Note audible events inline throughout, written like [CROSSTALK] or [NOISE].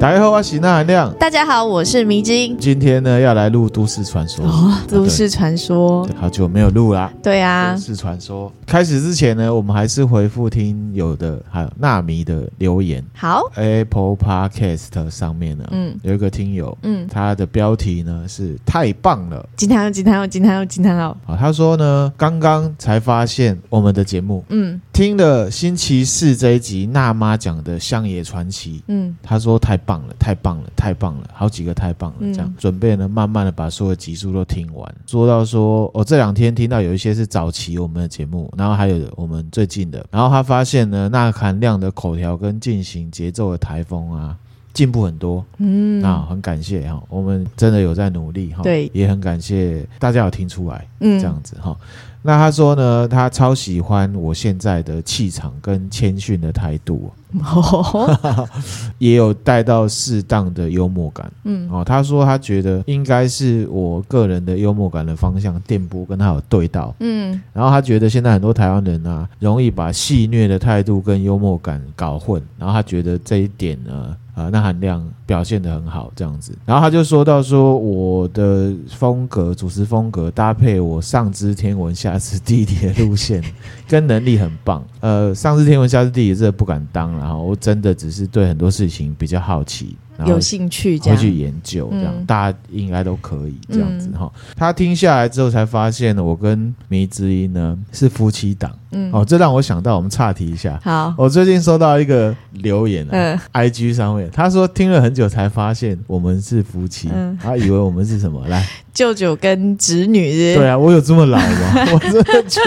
大家好，我是那含亮。大家好，我是迷津。今天呢，要来录都市传说。啊哦，都市传说，对好久没有录啦。对啊都，市传说开始之前呢，我们还是回复听友的，还有纳米的留言。好， Apple Podcast 上面呢，嗯有一个听友，嗯，他的标题呢是“太棒了金汤金汤金汤金汤哦，”。好，他说呢，刚刚才发现我们的节目，嗯听了星期四这一集娜妈讲的乡野传奇，嗯，他说太棒了，太棒了，太棒了，好几个太棒了，嗯这样准备呢，慢慢的把所有集数都听完。说到说，哦，这两天听到有一些是早期我们的节目，然后还有我们最近的，然后他发现呢，那含量的口条跟进行节奏的台风啊。进步很多，嗯，那很感谢哈，我们真的有在努力哈，对也很感谢大家有听出来，嗯这样子哈。那他说呢，他超喜欢我现在的气场跟谦逊的态度， [LAUGHS] 啊哦，也有带到适当的幽默感。 [LAUGHS] 嗯哦，他说他觉得应该是我个人的幽默感的方向电波跟他有对到，嗯然后他觉得现在很多台湾人啊，容易把戏谑的态度跟幽默感搞混，然后他觉得这一点呢，呃，那含量表现得很好这样子。然后他就说到说我的风格，主持风格搭配我上知天文下知地理的路线 [LAUGHS] 跟能力很棒。呃，上知天文下知地理这不敢当啦，然后我真的只是对很多事情比较好奇，然后有兴趣这会去样，研究，这样、嗯大家应该都可以这样子哈、他听下来之后才发现，我跟梅之音呢是夫妻档、嗯，哦，这让我想到，我们岔题一下。好，我最近收到一个留言啊、嗯 i g 上面，他说听了很久才发现我们是夫妻，嗯他以为我们是什么？来，舅舅跟侄女是不对是，啊，我有这么老吗？我真的觉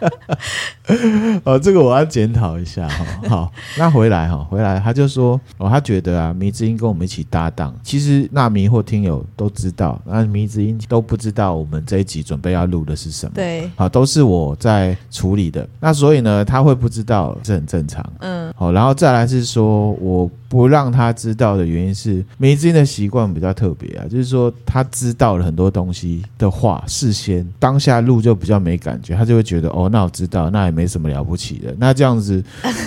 得，哦，这个我要检讨一下哈、哦。好，那回来哈、哦，回来他就说，哦，他觉得啊，迷之音跟我们一起搭档，其实那迷或听友都知道，那迷之音都不知道我们这一集准备要录的是什么。对，好，都是我在处理的，那所以呢，他会不知道是很正常。嗯好，然后再来是说，我不让他知道的原因是，梅之音的习惯比较特别啊，就是说他知道了很多东西的话，事先当下录就比较没感觉，他就会觉得哦，那我知道，那也没什么了不起的。那这样子，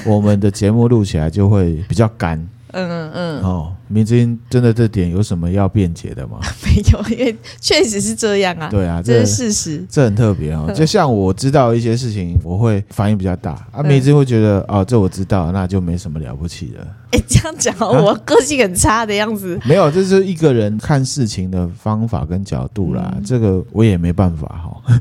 我们的节目录起来就会比较干。嗯嗯，哦，梅之音真的这点有什么要辩解的吗？ [LAUGHS] 没有，因为确实是这样啊，对啊，这个是事实，这很特别哦，就像我知道一些事情，我会反应比较大，啊，梅之音会觉得哦，这我知道，那就没什么了不起的。哎，这样讲好啊我个性很差的样子，没有，这是一个人看事情的方法跟角度啦，这个我也没办法哈。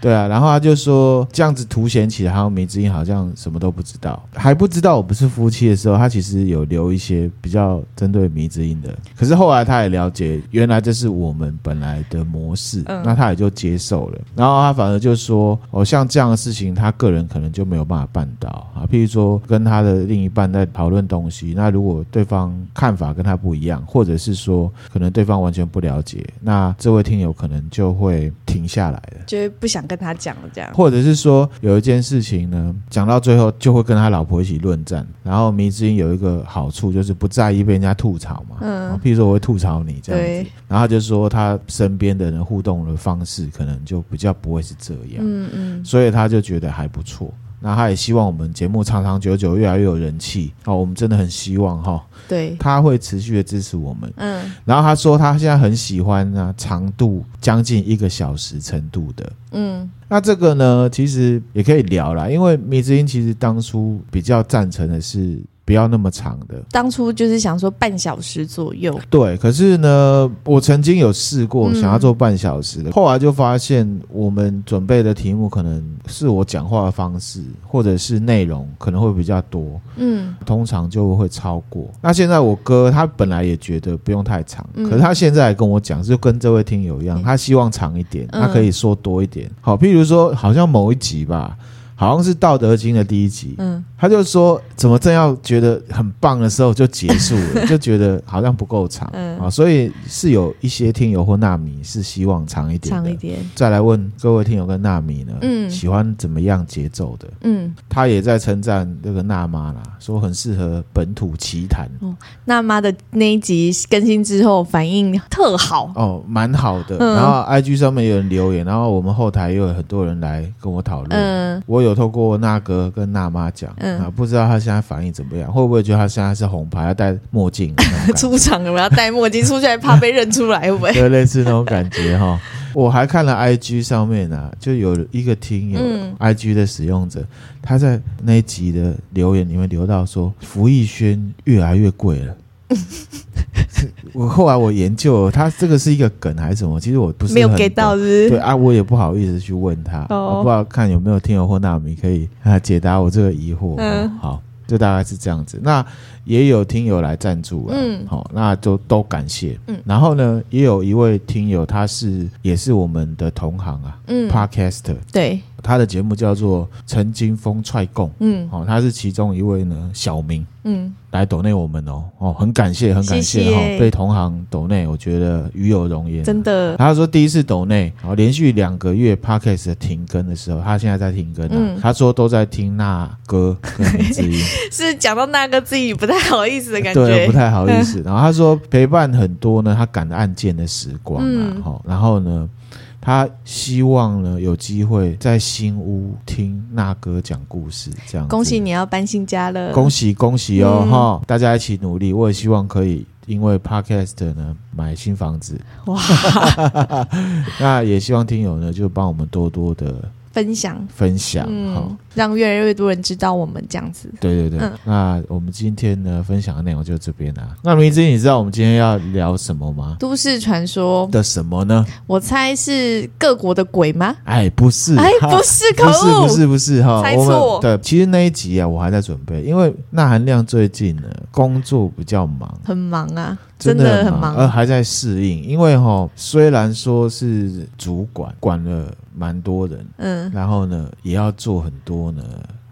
对啊，然后他就说这样子凸显起来，还有梅之音好像什么都不知道，还不知道我们是夫妻的时候，他其实有留一些比较针对梅之音的，可是后来他也了解，原来这是我们本来的模式，嗯那他也就接受了。然后他反而就说，哦，像这样的事情，他个人可能就没有办法办到啊。譬如说跟他的另一半在讨论东西，那如果对方看法跟他不一样，或者是说可能对方完全不了解，那这位听友可能就会停下来了。就会不想跟他讲了这样，或者是说有一件事情呢，讲到最后就会跟他老婆一起论战。然后迷之音有一个好处就是不在意被人家吐槽嘛，嗯嗯，譬如说我会吐槽你这样对子，，然后他就说他身边的人互动的方式可能就比较不会是这样，嗯嗯，所以他就觉得还不错。那他也希望我们节目长长久久，越来越有人气哦。我们真的很希望哈、对，他会持续的支持我们。嗯然后他说他现在很喜欢啊，长度将近一个小时程度的嗯那这个呢，其实也可以聊啦，因为米之音其实当初比较赞成的是不要那么长的。当初就是想说半小时左右，对，可是呢，我曾经有试过嗯想要做半小时的，后来就发现我们准备的题目可能是我讲话的方式，或者是内容可能会比较多，嗯通常就会超过。那现在我哥他本来也觉得不用太长，嗯可是他现在还跟我讲，就跟这位听友一样，嗯他希望长一点，嗯他可以说多一点。好，譬如说，好像某一集吧，好像是《道德经》的第一集，嗯他就说，怎么正要觉得很棒的时候就结束 [LAUGHS] 了，就觉得好像不够长嗯啊，所以是有一些听友或纳米是希望长一点长一的。点，再来问各位听友跟纳米呢，嗯喜欢怎么样节奏的？嗯，他也在称赞那个娜妈啦，说很适合本土奇谈那妈的那一集更新之后反应特好，哦，蛮好的。嗯然后 IG 上面有人留言，然后我们后台也有很多人来跟我讨论。嗯我有透过那哥跟那妈讲，嗯啊，不知道他现在反应怎么样，会不会觉得他现在是红牌，要戴墨镜那种 [LAUGHS] 感觉，出场有没有要戴墨镜出去，还怕被认出来，会不会？对，类似那种感觉哈。 [LAUGHS] 我还看了 IG 上面啊，就有一个听友、嗯 IG 的使用者，他在那一集的留言里面留到说，福艺轩越来越贵 [LAUGHS] 了。 [LAUGHS] 我后来我研究了，他这个是一个梗还是什么？其实我不是 [LAUGHS] 没有很 get 到，懂是不是？对啊，我也不好意思去问他，哦我不知道看有没有听友或纳米可以啊解答我这个疑惑。嗯嗯，好，就大概是这样子。那也有听友来赞助了，嗯嗯，好、那就都感谢。嗯嗯，然后呢，也有一位听友，他是也是我们的同行啊、嗯 p，o d c a s t 对，他的节目叫做《陈金峰踹供》，嗯好、他是其中一位呢小明。嗯，来抖内我们哦，哦，很感谢，很感谢谢谢哈、被同行抖内，我觉得与有荣焉。真的，他说第一次抖内，然后连续两个月 podcast 的停更的时候，他现在在停更、啊。嗯他说都在听那歌跟林志颖， [LAUGHS] 是讲到那个自己不太好意思的感对，觉不，太好意思。然后他说陪伴很多呢，他赶案件的时光啊，嗯哈、然后呢，他希望呢有机会在新屋听那哥讲故事，这样子。恭喜你要搬新家了，恭喜恭喜哦嗯哈、大家一起努力，我也希望可以因为 podcast 呢买新房子。哇， [LAUGHS] 那也希望听友呢就帮我们多多的分享，分享哈、嗯，让越来越多人知道我们这样子。对对对，嗯那我们今天呢分享的内容就这边啦、那明之，你知道我们今天要聊什么吗？都市传说，的什么呢？我猜是各国的鬼吗？哎，不是，哎，哈不是，可不是恶，不是不是哈，猜我错们对，其实那一集啊，我还在准备，因为那含量最近呢工作比较忙，很忙啊，真真的很忙呃，还在适应。因为哈，虽然说是主管管了蛮多人，嗯然后呢也要做很多呢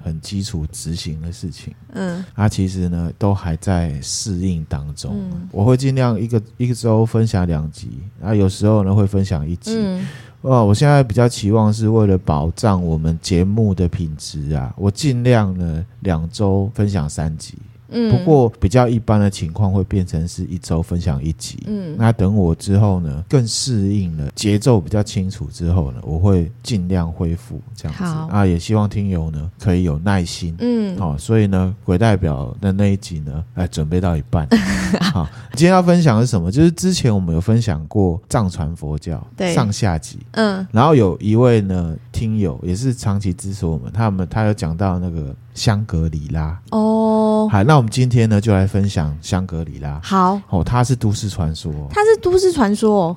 很基础执行的事情。嗯它其实呢都还在适应当中。嗯我会尽量一个一个周分享两集，啊，有时候呢会分享一集。嗯，哦，我现在比较期望是为了保障我们节目的品质啊，我尽量呢两周分享三集。嗯，不过比较一般的情况会变成是一周分享一集。嗯那等我之后呢，更适应了节奏比较清楚之后呢，我会尽量恢复这样子好啊，也希望听友呢可以有耐心，嗯好、所以呢，鬼代表的那一集呢，哎，准备到一半。好，今天要分享的是什么？就是之前我们有分享过藏传佛教对上下集，嗯然后有一位呢听友也是长期支持我们，他们他有讲到那个香格里拉。哦，好，那我们今天呢就来分享香格里拉。好，哦，它是都市传说、哦。它是都市传说哦，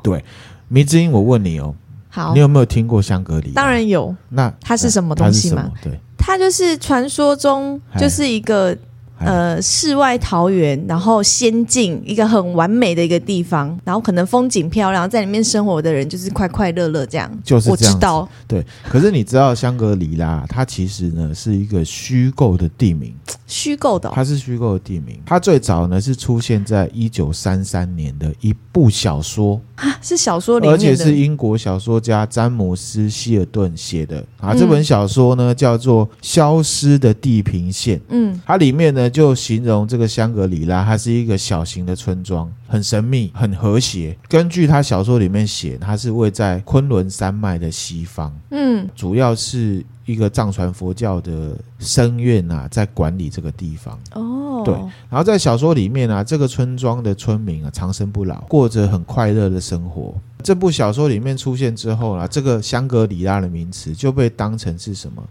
迷之音，我问你哦，好你，有没有听过香格里拉？当，然有，那它是什么它东是西什吗么？？对，它就是传说中哎就是一个哎呃世外桃源，然后仙境，一个很完美的一个地方，然后可能风景漂亮，在里面生活的人就是快快乐乐这样。就是我这样知子道，对，可是你知道香格里拉，它其实呢是一个虚构的地名，虚构的哦、它是虚构的地名。它最早呢是出现在一九三三年的一部小说，啊是小说里而面的，且是英国小说家詹姆斯·希尔顿写的啊。嗯这本小说呢叫做《消失的地平线》。嗯它里面呢就形容这个香格里拉，它是一个小型的村庄，很神秘，很和谐。根据他小说里面写，它是位在昆仑山脉的西方，嗯主要是一个藏传佛教的僧院啊，在管理这个地方。哦，对然后在小说里面啊，这个村庄的村民啊，长生不老，过着很快乐的生活。这部小说里面出现之后啊，这个香格里拉的名词就被当成是什么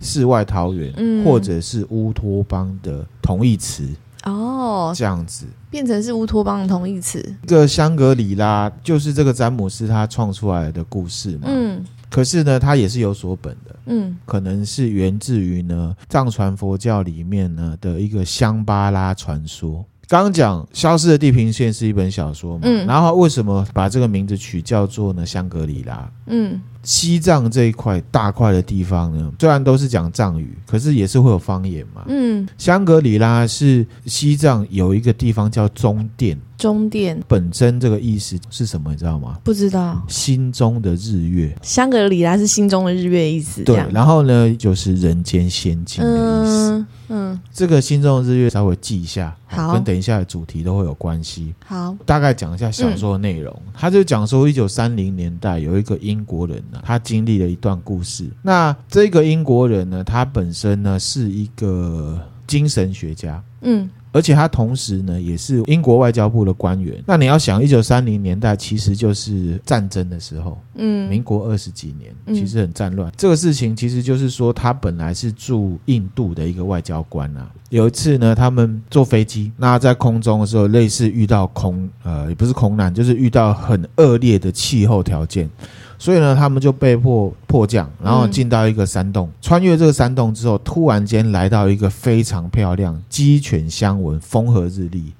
世外桃源，嗯或者是乌托邦的同义词，哦，这样子。变成是乌托邦的同义词。这个香格里拉就是这个詹姆斯他创出来的故事嘛，嗯可是呢，他也是有所本的。嗯可能是源自于呢藏传佛教里面呢的一个香巴拉传说。刚刚讲《消失的地平线》是一本小说嘛，嗯然后为什么把这个名字取叫做呢香格里拉？嗯西藏这一块大块的地方呢，虽然都是讲藏语，可是也是会有方言嘛。嗯，香格里拉是西藏有一个地方叫中甸，终点本身这个意思是什么？你知道吗？不知道，心中的日月，香格里拉是心中的日月的意思，这对样。，然后呢就是人间仙境的意思。嗯嗯嗯，这个心中的日月稍微记一下，哦好跟等一下的主题都会有关系。好，大概讲一下小说的内容，他就讲说，一九三零年代有一个英国人呢、他经历了一段故事。那这个英国人呢，他本身呢是一个精神学家，嗯而且他同时呢也是英国外交部的官员。那你要想，一九三零年代其实就是战争的时候，民嗯国二十几年，嗯其实很战乱。这个事情其实就是说，他本来是驻印度的一个外交官啊。有一次呢，他们坐飞机，那在空中的时候，类似遇到空呃，也不是空难，就是遇到很恶劣的气候条件。所以呢，他们就被迫迫降，然嗯后进到一个山洞。穿越这个山洞之后，突然间来到一个非常漂亮、鸡犬相闻、风和日丽。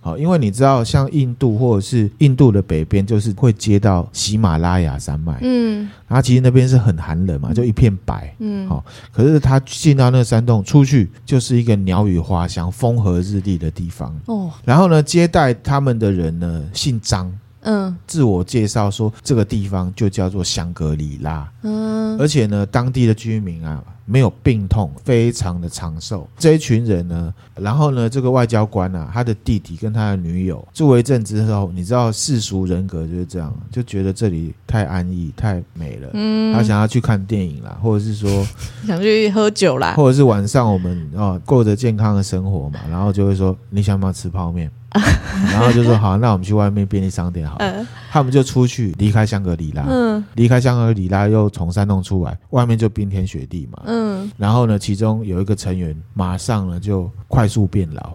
好，因为你知道，像印度或者是印度的北边，就是会接到喜马拉雅山脉，嗯它其实那边是很寒冷嘛，就一片白。嗯，好可是他进到那个山洞出去，就是一个鸟语花香、风和日丽的地方。哦，然后呢，接待他们的人呢姓张，嗯自我介绍说这个地方就叫做香格里拉，嗯而且呢，当地的居民啊没有病痛，非常的长寿。这一群人呢，然后呢，这个外交官啊，他的弟弟跟他的女友住了一阵之后，你知道世俗人格就是这样，就觉得这里太安逸、太美了。嗯，他想要去看电影 [LAUGHS] 啦，或者是说，想去喝酒啦，或者是晚上我们哦过着健康的生活嘛，然后就会说你想不想吃泡面， [LAUGHS] 然后就说好，那我们去外面便利商店好了。嗯他们就出去离开香格里拉，嗯离开香格里拉又从山洞出来，外面就冰天雪地嘛。嗯，然后呢，其中有一个成员马上呢就快速变老，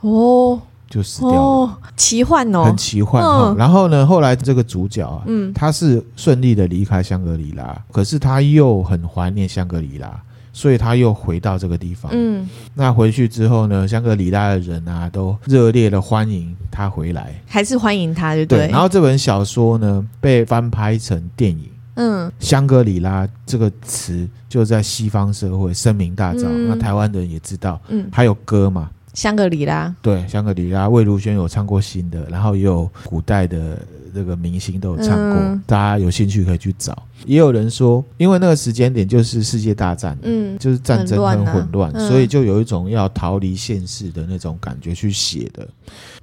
哦就死掉了，哦，奇幻哦很，奇幻嗯哈、然后呢，后来这个主角啊，嗯他是顺利的离开香格里拉，可是他又很怀念香格里拉。所以他又回到这个地方。嗯，那回去之后呢，香格里拉的人啊，都热烈的欢迎他回来。还是欢迎他，对不然后这本小说呢，被翻拍成电影。嗯香格里拉这个词就在西方社会声名大噪，嗯那台湾人也知道，嗯，还有歌嘛，香格里拉，对，香格里拉，魏如萱有唱过新的，然后也有古代的这个明星都有唱过，嗯大家有兴趣可以去找。也有人说，因为那个时间点就是世界大战，嗯就是战争很很乱啊混乱，嗯所以就有一种要逃离现实的那种感觉去写的。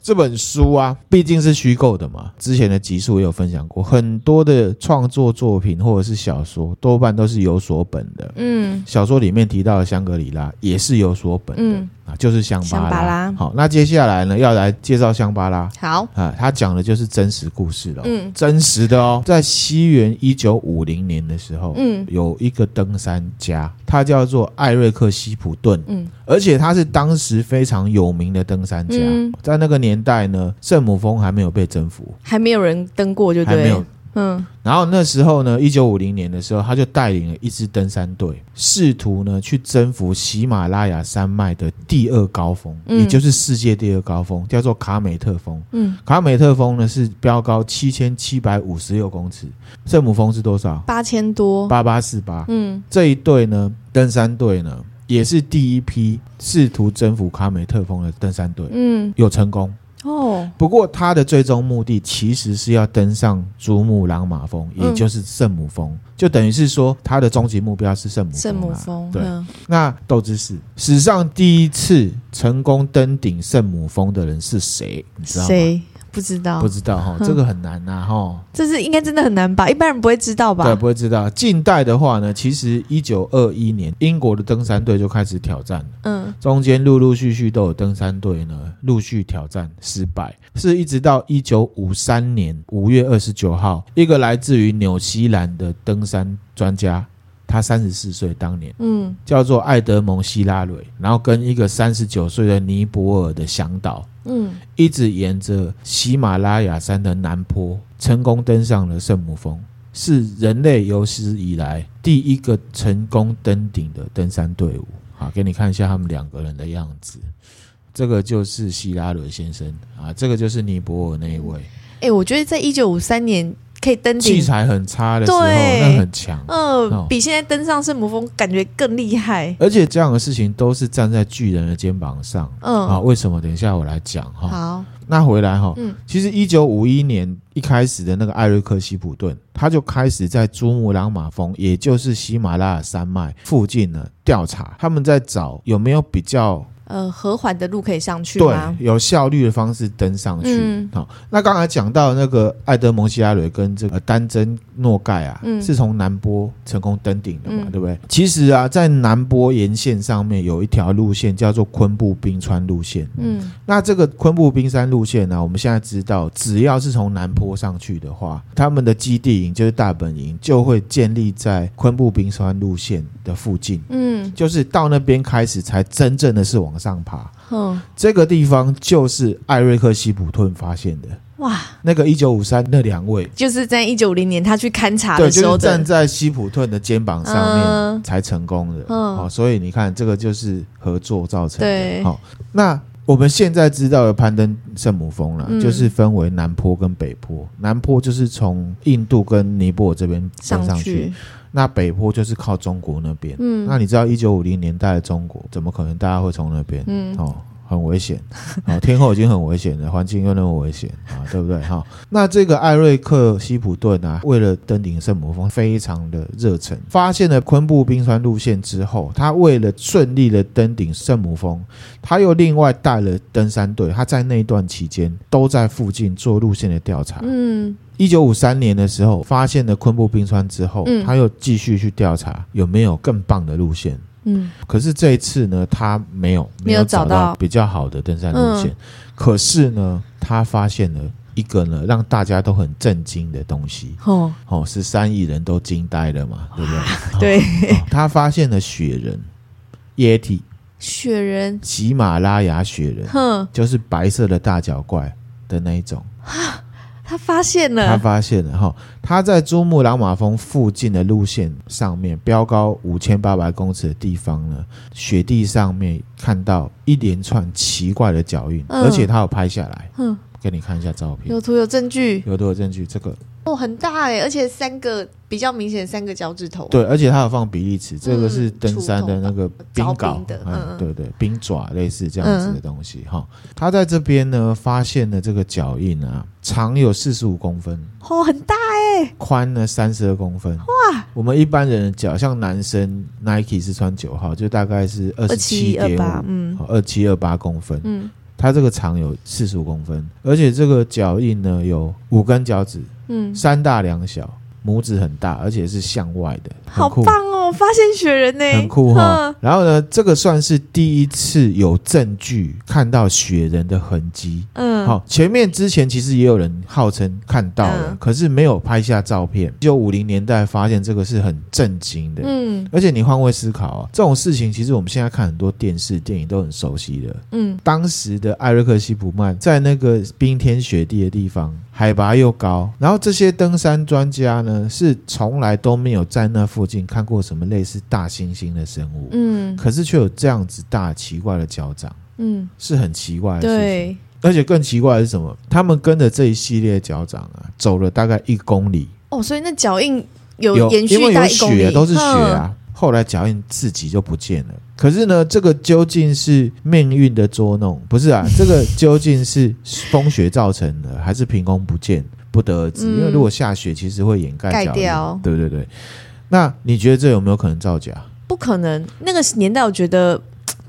这本书啊，毕竟是虚构的嘛，之前的集数也有分享过，很多的创作作品或者是小说，多半都是有所本的。嗯小说里面提到的香格里拉也是有所本的，嗯，啊，就是香巴香拉。巴拉好，那接下来呢，要来介绍香巴拉好，啊，他讲的就是真实故事了、嗯真实的哦，在西元一九五零年的时候，嗯有一个登山家，他叫做艾瑞克·希普顿，嗯而且他是当时非常有名的登山家。嗯在那个年代呢，圣母峰还没有被征服，还没有人登过，就还没对有了，嗯然后那时候呢，一九五零年的时候，他就带领了一支登山队，试图呢去征服喜马拉雅山脉的第二高峰，嗯也就是世界第二高峰，叫做卡美特峰。嗯，卡美特峰呢是标高七千七百五十六公尺，圣母峰是多少？八千多，八八四八。嗯这一队呢，登山队呢，也是第一批试图征服卡美特峰的登山队，嗯有成功。哦，不过，他的最终目的其实是要登上珠穆朗玛峰，嗯也就是圣母峰，就等于是说他的终极目标是圣母峰、啊。圣母峰，对。嗯那斗之士史上第一次成功登顶圣母峰的人是谁？你知道吗？谁不知道不？知道哈，嗯这个很难呐、哈。这是应该真的很难吧？一般人不会知道对，吧？不会知道。近代的话呢，其实一九二一年，英国的登山队就开始挑战了嗯中间陆陆续续都有登山队呢，陆续挑战失败，是一直到一九五三年五月二十九号，一个来自于纽西兰的登山专家，他三十四岁当年，嗯叫做艾德蒙·希拉蕊，然后跟一个三十九岁的尼泊尔的向导，嗯，一直沿着喜马拉雅山的南坡，成功登上了圣母峰，是人类有史以来第一个成功登顶的登山队伍。好，给你看一下他们两个人的样子。这个就是希拉伦先生啊，这个就是尼泊尔那一位。哎，我觉得在一九五三年可以登器顶，材很差的时候，对那很强。嗯、哦比现在登上圣母峰感觉更厉害。而且这样的事情都是站在巨人的肩膀上嗯，啊。为什么？等一下我来讲哈。好，那回来哈嗯，其实一九五一年一开始的那个艾瑞克希普顿，他就开始在珠穆朗玛峰，也就是喜马拉雅山脉附近呢调查，他们在找有没有比较呃，和缓的路可以上去对吗？有效率的方式登上去。嗯好，那刚才讲到那个艾德蒙西阿伦跟这个呃丹增诺盖啊，嗯是从南坡成功登顶的嘛，嗯对不对？其实啊，在南坡沿线上面有一条路线叫做昆布冰川路线。嗯那这个昆布冰山路线呢、我们现在知道，只要是从南坡上去的话，他们的基地营就是大本营，就会建立在昆布冰山路线的附近。嗯就是到那边开始，才真正的是往上爬。嗯，这个地方就是艾瑞克希普顿发现的。哇，那个一九五三那两位，就是在一九五零年他去勘察对，的时就候是的，站在希普顿的肩膀上面嗯才成功的。嗯哦，所以你看，这个就是合作造成的。对好、那我们现在知道的攀登圣母峰了、嗯就是分为南坡跟北坡。南坡就是从印度跟尼泊尔这边登上上去，那北坡就是靠中国那边。嗯那你知道一九五零年代的中国，怎么可能大家会从那边？嗯哦，很危险，哦，天后已经很危险了，环境又那么危险 [LAUGHS] 啊，对不对？哈、那这个艾瑞克希普顿啊，为了登顶圣母峰，非常的热忱。发现了昆布冰川路线之后，他为了顺利的登顶圣母峰，他又另外带了登山队，他在那一段期间都在附近做路线的调查。嗯一九五三年的时候，发现了昆布冰川之后，嗯他又继续去调查有没有更棒的路线。嗯可是这一次呢，他没有没有找找到嗯比较好的登山路线。可是呢，他发现了一个呢让大家都很震惊的东西。哦，哦，十三亿人都惊呆了嘛，对不对？ [LAUGHS] 对，哦他发现了雪人、液体、雪人，喜马拉雅雪人，哼，就是白色的大脚怪的那一种。他发现 [LAUGHS] 他了，发现了哈，他在珠穆朗玛峰附近的路线上面，标高五千八百公尺的地方呢，雪地上面看到一连串奇怪的脚印，嗯而且他有拍下来，哼，给你看一下照片有，图有证据，有都有证据。这个哦，很大哎，而且三个比较明显，三个脚趾头，，对，而且他有放比例尺，这个嗯是登山的那个冰凿镐冰的，嗯，嗯对对，冰爪类似这样子的东西哈。他在这边呢发现了这个脚印啊，长有四十五公分，哦，很大哎，宽呢三十二公分。哇！我们一般人的脚，像男生 Nike 是穿九号，就大概是二二十七七二点八，五，哦嗯二七二八公分。嗯它这个长有四十五公分，而且这个脚印呢有五根脚趾，嗯，三大两小，拇指很大，而且是向外的，很好酷。棒哦，发现雪人呢，很酷哈、嗯，然后呢，这个算是第一次有证据看到雪人的痕迹。嗯，好，前面之前其实也有人号称看到了，嗯可是没有拍下照片。一九五零年代发现这个是很震惊的，嗯而且你换位思考啊，这种事情其实我们现在看很多电视电影都很熟悉的。嗯当时的艾瑞克希普曼在那个冰天雪地的地方，海拔又高，然后这些登山专家呢是从来都没有在那附近看过什么类似大猩猩的生物，嗯可是却有这样子大奇怪的脚掌，嗯，是很奇怪的事情。对，而且更奇怪的是什么？他们跟着这一系列脚掌啊，走了大概一公里，哦，所以那脚印有有延因为续有到一公雪里，都是雪嗯，啊。后来脚印自己就不见了。可是呢，这个究竟是命运的捉弄？不是啊，这个究竟是风雪造成的，还是凭空不见？不得而知。嗯因为如果下雪，其实会掩盖盖脚印掉对对对。那你觉得这有没有可能造假？不可能，那个年代我觉得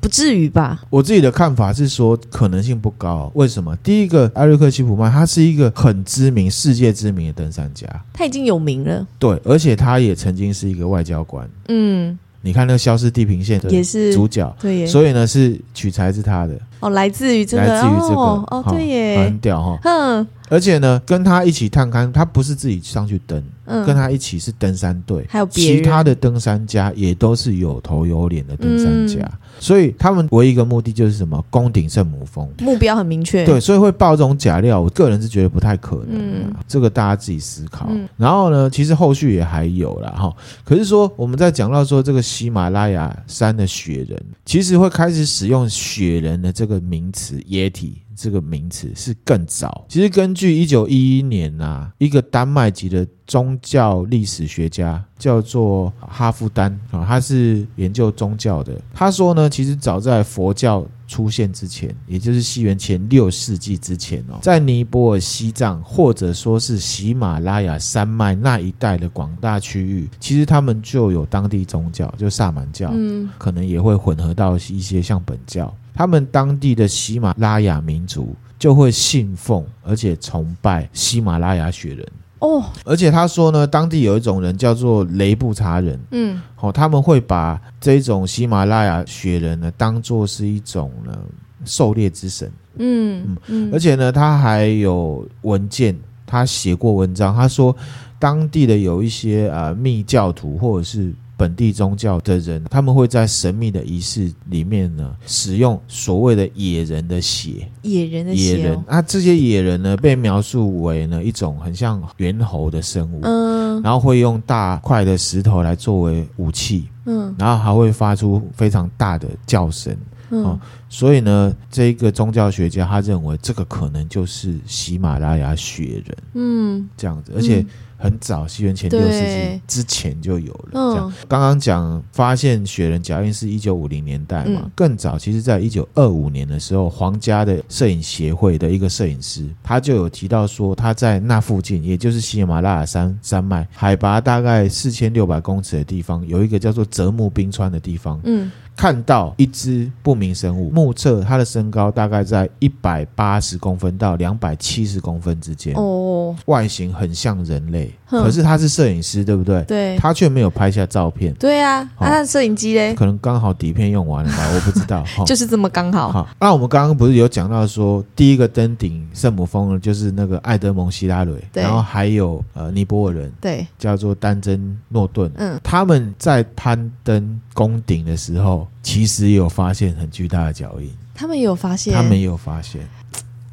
不至于吧，我自己的看法是说，可能性不高。为什么？第一个，艾瑞克·希普曼他是一个很知名、世界知名的登山家，他已经有名了，对，而且他也曾经是一个外交官。嗯，你看那个《消失地平线》也的是主角，对耶，所以呢是取材自他的，哦，来自于这来个，自于这个哦，哦哈对耶很，屌哈。哼，而且呢，跟他一起探勘，他不是自己上去登，嗯，跟他一起是登山队，还有别其人他的登山家也都是有头有脸的登山家，嗯所以他们唯一一个目的就是什么？攻顶圣母峰。目标很明确，对，所以会爆这种假料，我个人是觉得不太可能、啊嗯这个大家自己思考。嗯然后呢，其实后续也还有啦哈。可是说我们在讲到说这个喜马拉雅山的雪人，其实会开始使用雪人的这个个名词“液体”这个名词是更早。其实根据一九一一年啊，一个丹麦籍的宗教历史学家叫做哈夫丹啊、他是研究宗教的。他说呢，其实早在佛教出现之前，也就是西元前六世纪之前哦，在尼泊尔西藏或者说是喜马拉雅山脉那一带的广大区域，其实他们就有当地宗教，就萨满教。嗯，可能也会混合到一些像本教，他们当地的喜马拉雅民族就会信奉而且崇拜喜马拉雅雪人。哦，而且他说呢，当地有一种人叫做雷布查人，嗯，哦，他们会把这种喜马拉雅雪人呢当做是一种呢狩猎之神，嗯嗯，而且呢，他还有文件，他写过文章，他说当地的有一些呃密教徒或者是本地宗教的人，他们会在神秘的仪式里面呢，使用所谓的野人的血。野人的野血人哦，啊，这些野人呢，被描述为呢一种很像猿猴的生物，嗯然后会用大块的石头来作为武器，嗯然后还会发出非常大的叫声。嗯哦，所以呢，这一个宗教学家他认为这个可能就是喜马拉雅雪人嗯这样子，而且嗯很早，西元前六世纪对之前就有了。这样，嗯刚刚讲发现雪人脚印是一九五零年代嘛嗯，更早，其实在一九二五年的时候，皇家的摄影协会的一个摄影师，他就有提到说，他在那附近，也就是喜马拉雅山山脉海拔大概四千六百公尺的地方，有一个叫做泽木冰川的地方，嗯，看到一只不明生物，目测它的身高大概在一百八十公分到两百七十公分之间，哦，外形很像人类，哼可是他是摄影师，对不对？对他哦却没有拍下照片，对啊，好啊，那摄影机嘞，可能刚好底片用完了 [LAUGHS] 吧，我不知道。哈就是哦这么刚好，哦好，那我们刚刚不是有讲到说，第一个登顶圣母峰的就是那个艾德蒙希拉蕊，对然后还有呃尼泊尔人对，叫做丹增诺顿，嗯他们在攀登宫顶的时候，其实也有发现很巨大的脚印。他们也有发现，他们也有发现。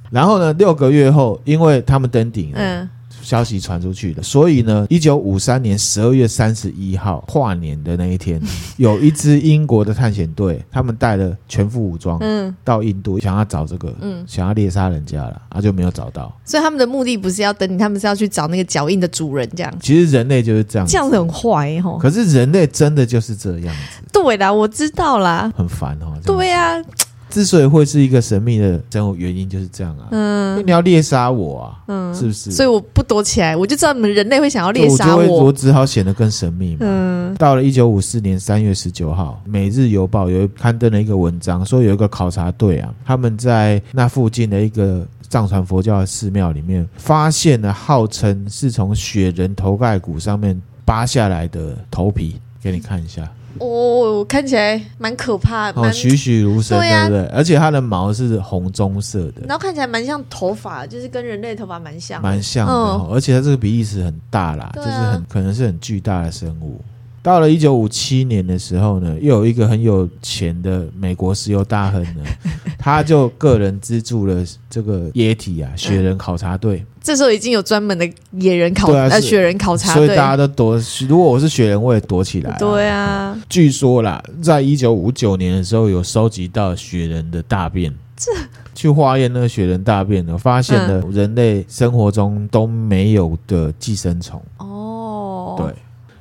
然后呢，六个月后，因为他们登顶了，嗯消息传出去了，所以呢，一九五三年十二月三十一号跨年的那一 [LAUGHS] 天，有一支英国的探险队，他们带了全副武装嗯到印度，想要找这个，嗯，想要猎杀人家了，啊，就没有找到。所以他们的目的不是要等你，他们是要去找那个脚印的主人，这样其实人类就是这样，这样子很坏欸吼。可是人类真的就是这样子，对啦，我知道啦。很烦哦。这样对啊，之所以会是一个神秘的生物，原因就是这样啊。因为嗯你要猎杀我啊，嗯，是不是？所以我不躲起来，我就知道你们人类会想要猎杀我就会我我。只好显得更神秘嘛。嗯到了一九五四年三月十九号，《每日邮报》有刊登了一个文章，说有一个考察队啊，他们在那附近的一个藏传佛教的寺庙里面，发现了号称是从雪人头盖骨上面扒下来的头皮，给你看一下，哦，看起来蛮可怕，哦，蛮栩栩如生，对啊对不对？而且它的毛是红棕色的，然后看起来蛮像头发，就是跟人类头发蛮像。蛮像的、嗯哦，而且它这个比例尺很大啦，就对啊是很可能是很巨大的生物。到了一九五七年的时候呢，又有一个很有钱的美国石油大亨 [LAUGHS] 呢，他就个人资助了这个液体啊嗯雪人考察队，这时候已经有专门的野人考对啊呃是雪人考察所以队大，家都躲。如果我是雪人，我也躲起来、对，啊，据说啦，在一九五九年的时候，有收集到雪人的大便。去化验那个雪人大便呢，发现了嗯人类生活中都没有的寄生虫。哦，对，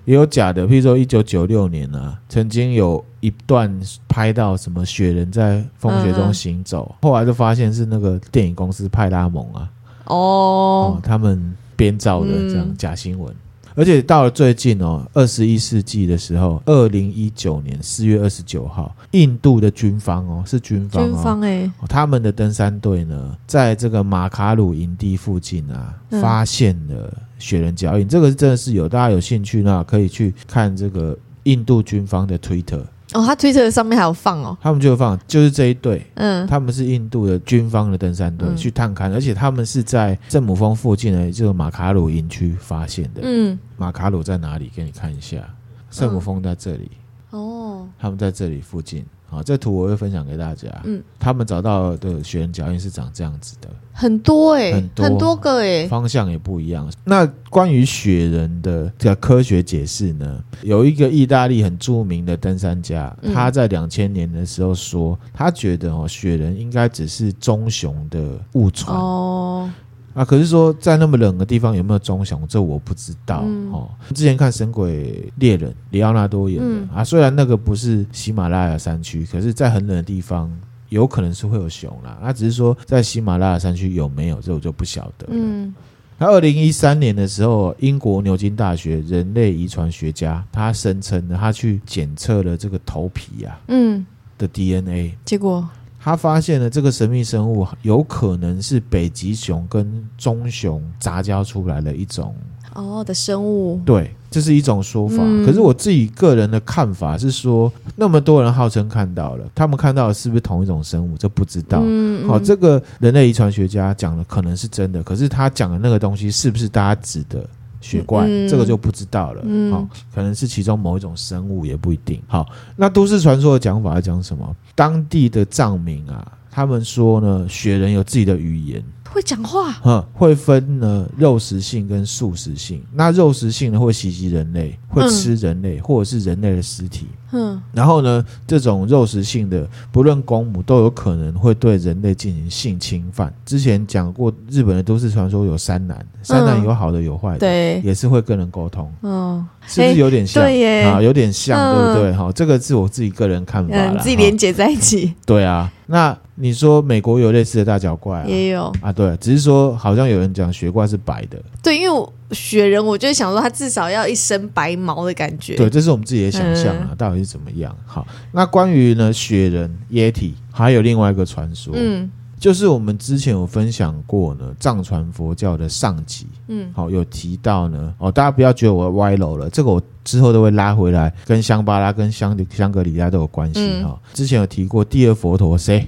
也有假的，譬如说一九九六年啊，曾经有一段拍到什么雪人在风雪中行走，嗯后来就发现是那个电影公司派拉蒙啊，哦哦，他们编造的这样嗯假新闻。而且到了最近哦，二十一世纪的时候，二零一九年四月二十九号，印度的军方哦，是军方军哦，方哎，哦他们的登山队呢，在这个马卡鲁营地附近啊，嗯发现了雪人脚印。这个真的是有，大家有兴趣呢，可以去看这个印度军方的 Twitter，哦，他推特上面还有放哦，他们就放就是这一队。嗯，他们是印度的军方的登山队、嗯去探勘，而且他们是在圣母峰附近的这个马卡鲁营区发现的。嗯，马卡鲁在哪里？给你看一下，圣母峰在这里。哦，哦，他们在这里附近。好，这图我会分享给大家。嗯，他们找到的雪人脚印是长这样子的，很多哎、很多很多个哎、方向也不一样。那关于雪人的这个科学解释呢？有一个意大利很著名的登山家，嗯他在两千年的时候说，他觉得哦，雪人应该只是棕熊的误传。哦，啊，可是说在那么冷的地方有没有棕熊，这我不知道、嗯哦。之前看《神鬼猎人》，里奥纳多演的、嗯啊，虽然那个不是喜马拉雅山区，可是在很冷的地方。有可能是会有熊啦，那、只是说在喜马拉雅山区有没有，这我就不晓得。嗯，嗯那二零一三年的时候，英国牛津大学人类遗传学家他声称呢，他去检测了这个头皮啊嗯，的 DNA，结果他发现了这个神秘生物有可能是北极熊跟棕熊杂交出来的一种，哦的生物，对，这是一种说法。嗯可是我自己个人的看法是说，那么多人号称看到了，他们看到的是不是同一种生物，这不知道。嗯好、嗯这个人类遗传学家讲的可能是真的，可是他讲的那个东西是不是大家指的雪怪，嗯这个就不知道了。嗯好、可能是其中某一种生物也不一定。好，那都市传说的讲法要讲什么？当地的藏民啊，他们说呢，雪人有自己的语言。会讲话，哼，会分呢肉食性跟素食性。那肉食性呢会袭击人类，会吃人类、或者是人类的尸体。嗯然后呢，这种肉食性的，不论公母都有可能会对人类进行性侵犯。之前讲过，日本的都市传说有三男，三男有好的有坏的，嗯对，也是会跟人沟通，嗯，是不是有点像？对耶啊，有点像，嗯对不对？哈，这个是我自己个人看法啦。嗯，自己哈连接在一起对啊，那你说美国有类似的大脚怪啊？也有，啊，对，只是说好像有人讲雪怪是白的，对，因为我雪人，我就想说他至少要一身白毛的感觉，对，这是我们自己的想象嗯啊，到底是怎么样？好，那关于呢雪人、液体，还有另外一个传说，嗯就是我们之前有分享过呢藏传佛教的上集，嗯好、有提到呢，哦，大家不要觉得我歪楼了，这个我之后都会拉回来，跟香巴拉、跟香香格里拉都有关系哈、嗯之前有提过第二佛陀谁，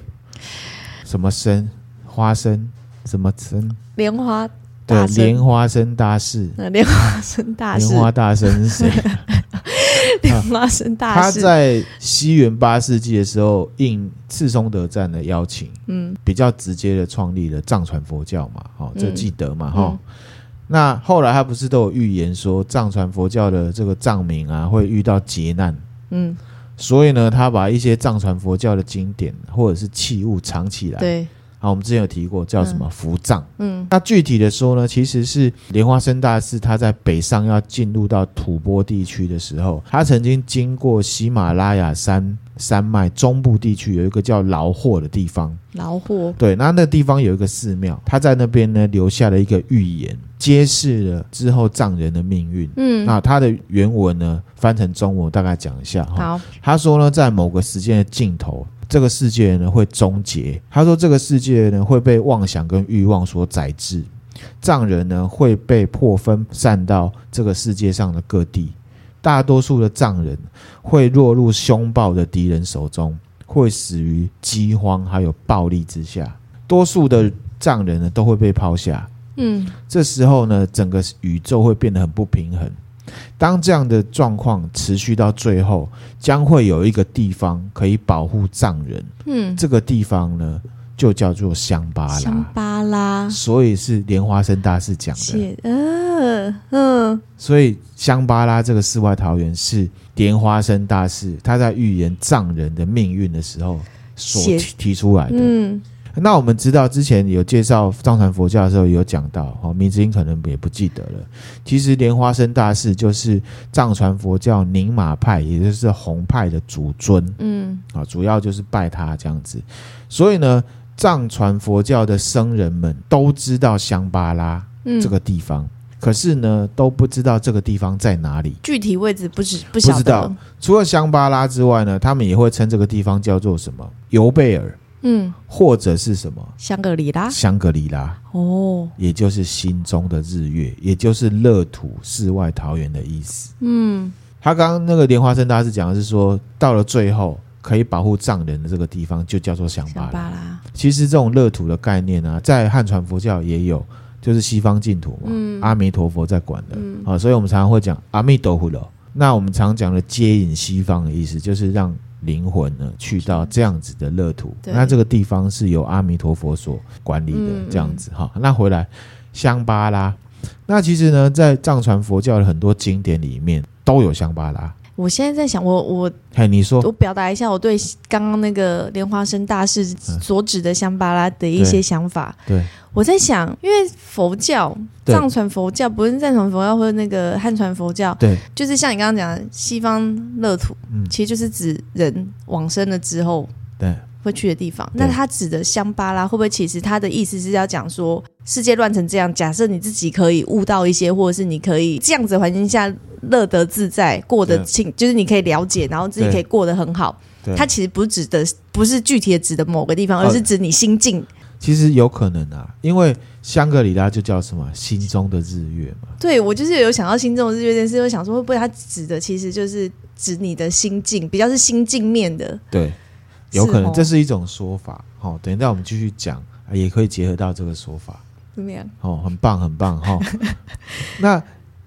什么僧，花僧，什么僧，莲花对大，僧莲花僧大士。呃莲花生大莲师，花大神是谁？莲花生大他师，在西元八世纪的时候，应赤松德赞的邀请，嗯比较直接的创立了藏传佛教嘛，哦，这嗯记得嘛，哈、嗯那后来他不是都有预言说藏传佛教的这个藏民啊会遇到劫难，嗯，所以呢，他把一些藏传佛教的经典或者是器物藏起来。，对，好，我们之前有提过叫什么伏藏。嗯那具体的说呢，其实是莲花生大师他在北上要进入到吐蕃地区的时候，他曾经经过喜马拉雅山山脉中部地区有一个叫劳霍的地方，老虎，对，那那地方有一个寺庙，他在那边呢留下了一个预言，揭示了之后藏人的命运。嗯，那他的原文呢，翻成中文我大概讲一下哈。好，他说呢，在某个时间的尽头，这个世界呢会终结。他说，这个世界呢会被妄想跟欲望所宰制，藏人呢会被迫分散到这个世界上的各地。大多数的藏人会落入凶暴的敌人手中，会死于饥荒还有暴力之下。多数的藏人呢都会被抛下，嗯这时候呢，整个宇宙会变得很不平衡。当这样的状况持续到最后，将会有一个地方可以保护藏人，嗯，这个地方呢就叫做香巴香拉。巴拉，所以是莲花生大师讲的，谢，嗯嗯，所以香巴拉这个世外桃源是莲花生大师他在预言藏人的命运的时候所写提提出来的。嗯，那我们知道之前有介绍藏传佛教的时候有讲到，哦，明子英可能也不记得了。其实莲花生大士就是藏传佛教宁玛派，也就是红派的祖尊嗯啊，主要就是拜他这样子。所以呢，藏传佛教的僧人们都知道香巴拉嗯，这个地方，可是呢都不知道这个地方在哪里。具体位置不知不不晓知道得，除了香巴拉之外呢，他们也会称这个地方叫做什么尤贝尔，嗯，或者是什么香格里拉，香格里拉。哦，也就是心中的日月，也就是乐土世外桃源的意思。嗯他刚刚那个莲花生大师讲的是说，到了最后可以保护藏人的这个地方就叫做香巴香拉。巴拉，其实这种乐土的概念啊，在汉传佛教也有，就是西方净土嘛，嗯阿弥陀佛在管的、嗯啊，所以我们常常会讲阿弥陀佛了。那我们常讲的接引西方的意思，就是让灵魂呢去到这样子的乐土。对那这个地方是由阿弥陀佛所管理的嗯，这样子哈、那回来香巴拉，那其实呢，在藏传佛教的很多经典里面都有香巴拉。我现在在想，我我嘿，你说我表达一下我对刚刚那个莲花生大士所指的香巴拉的一嗯些对想法。对我在想，因为佛教对藏传佛教不是藏传佛教或者那个汉传佛教，对就是像你刚刚讲的西方乐土，嗯其实就是指人往生了之后对会去的地方。对那他指的香巴拉，会不会其实他的意思是要讲说，世界乱成这样，假设你自己可以悟到一些，或者是你可以这样子的环境下乐得自在，过得对清，就是你可以了解，然后自己对可以过得很好。对，它其实不指的不是具体的指的某个地方，哦而是指你心境。其实有可能啊，因为香格里拉就叫什么心中的日月嘛。对我就是有想到心中的日月这件事，我想说会不会他指的其实就是指你的心境，比较是心境面的。对，有可是能哦这是一种说法。好、等一下我们继续讲，啊也可以结合到这个说法。怎么样？哦，很棒，很棒哈、 [LAUGHS] 那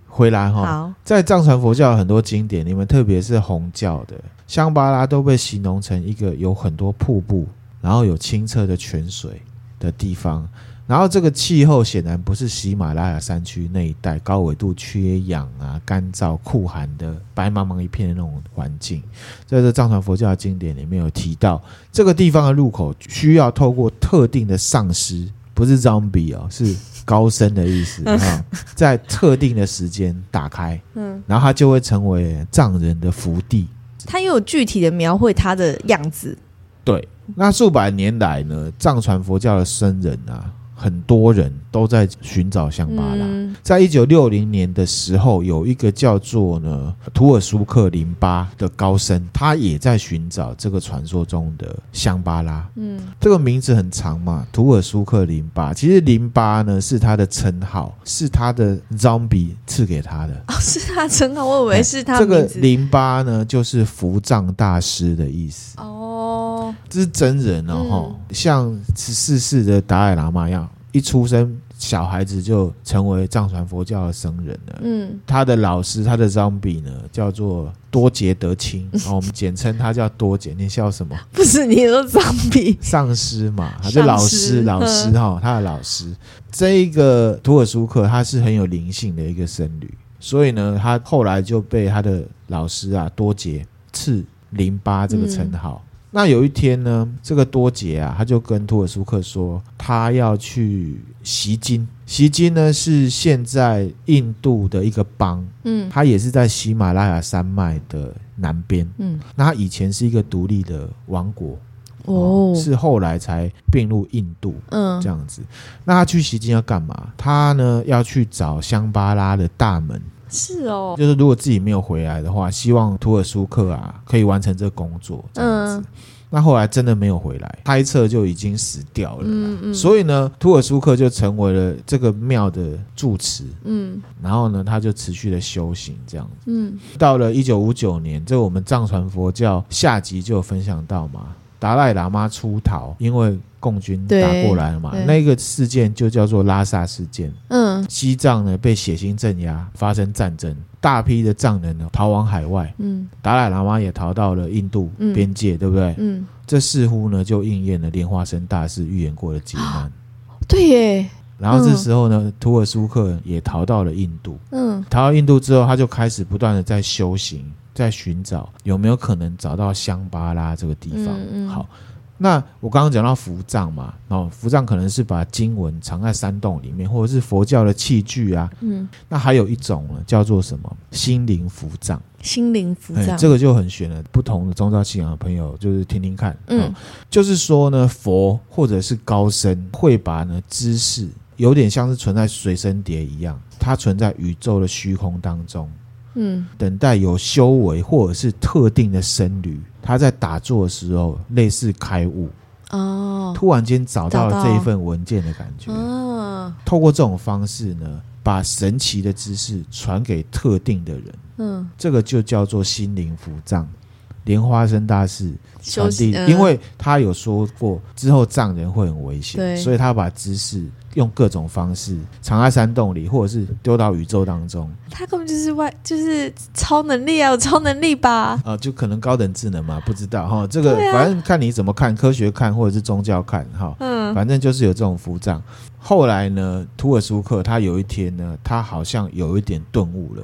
回来哈、好，在藏传佛教有很多经典里面，特别是红教的香巴拉都被形容成一个有很多瀑布，然后有清澈的泉水的地方。然后这个气候显然不是喜马拉雅山区那一带高纬度缺氧啊、干燥酷寒的白茫茫一片的那种环境，在这藏传佛教的经典里面有提到，这个地方的入口需要透过特定的丧尸，不是 zombie 哦，是高僧的意思啊、在特定的时间打开，嗯，然后它就会成为藏人的福地。他又有具体的描绘他的样子。对，那数百年来呢，藏传佛教的僧人啊，很多人都在寻找香巴拉。嗯在一九六零年的时候，有一个叫做呢图尔苏克林巴的高僧，他也在寻找这个传说中的香巴拉。嗯这个名字很长嘛，图尔苏克淋巴。其实淋巴呢是他的称号，是他的 zombie 赐给他的。哦，是他称号，我以为是他哎这个名字。淋巴呢，就是伏藏大师的意思，哦，这是真人哦，嗯吼像十四世的达赖喇嘛一样，一出生小孩子就成为藏传佛教的僧人了。嗯，他的老师，他的 zombie 呢，叫做多杰德 [LAUGHS] 钦，哦，我们简称他叫多杰。你笑什么？不是你说藏笔，上师嘛，他上就老师师，老师哈、他的老师，这一个图尔苏克他是很有灵性的一个僧侣，所以呢，他后来就被他的老师啊多杰赐淋巴这个称号。那有一天呢，这个多杰啊，他就跟图尔苏克说，他要去袭金。袭金呢是现在印度的一个邦，嗯它也是在喜马拉雅山脉的南边。嗯，那它以前是一个独立的王国，哦，是后来才并入印度嗯这样子。那他去西京要干嘛？他呢要去找香巴拉的大门，是哦，就是如果自己没有回来的话，希望图尔苏克啊可以完成这个工作这样子。嗯那后来真的没有回来，猜测就已经死掉了啦。嗯嗯，所以呢，图尔苏克就成为了这个庙的住持，嗯然后呢，他就持续的修行这样子。嗯到了一九五九年，这我们藏传佛教下集就有分享到嘛，达赖喇嘛出逃，因为共军对打过来了嘛对，那个事件就叫做拉萨事件。嗯西藏呢被血腥镇压，发生战争，大批的藏人呢逃往海外，嗯达赖喇嘛也逃到了印度嗯边界，对不对？嗯，这似乎呢就应验了莲花生大师预言过的劫嗯难。对耶，然后这时候呢，图尔苏克也逃到了印度，嗯逃到印度之后，他就开始不断的在修行，在寻找有没有可能找到香巴拉这个地方。嗯嗯好，那我刚刚讲到伏藏嘛，哦，伏藏可能是把经文藏在山洞里面，或者是佛教的器具啊。嗯，那还有一种呢，叫做什么心灵伏藏，心灵浮哎躁，这个就很玄了。不同的宗教信仰的朋友，就是听听看。哦嗯就是说呢，佛或者是高僧会把呢知识有点像是存在随身碟一样，它存在宇宙的虚空当中。嗯等待有修为或者是特定的僧侣，他在打坐的时候，类似开悟，哦突然间找到找了到这一份文件的感觉。啊透过这种方式呢，把神奇的知识传给特定的人，嗯，这个就叫做心灵浮藏。莲花生大士传休递息，，呃因为他有说过，之后藏人会很危险，对所以他把知识用各种方式藏在山洞里，或者是丢到宇宙当中，他根本就是外，就是超能力啊，有超能力吧？啊、就可能高等智能嘛，不知道哈。这个对啊反正看你怎么看，科学看或者是宗教看哈，嗯，反正就是有这种浮胀。后来呢，土尔苏克他有一天呢，他好像有一点顿悟了，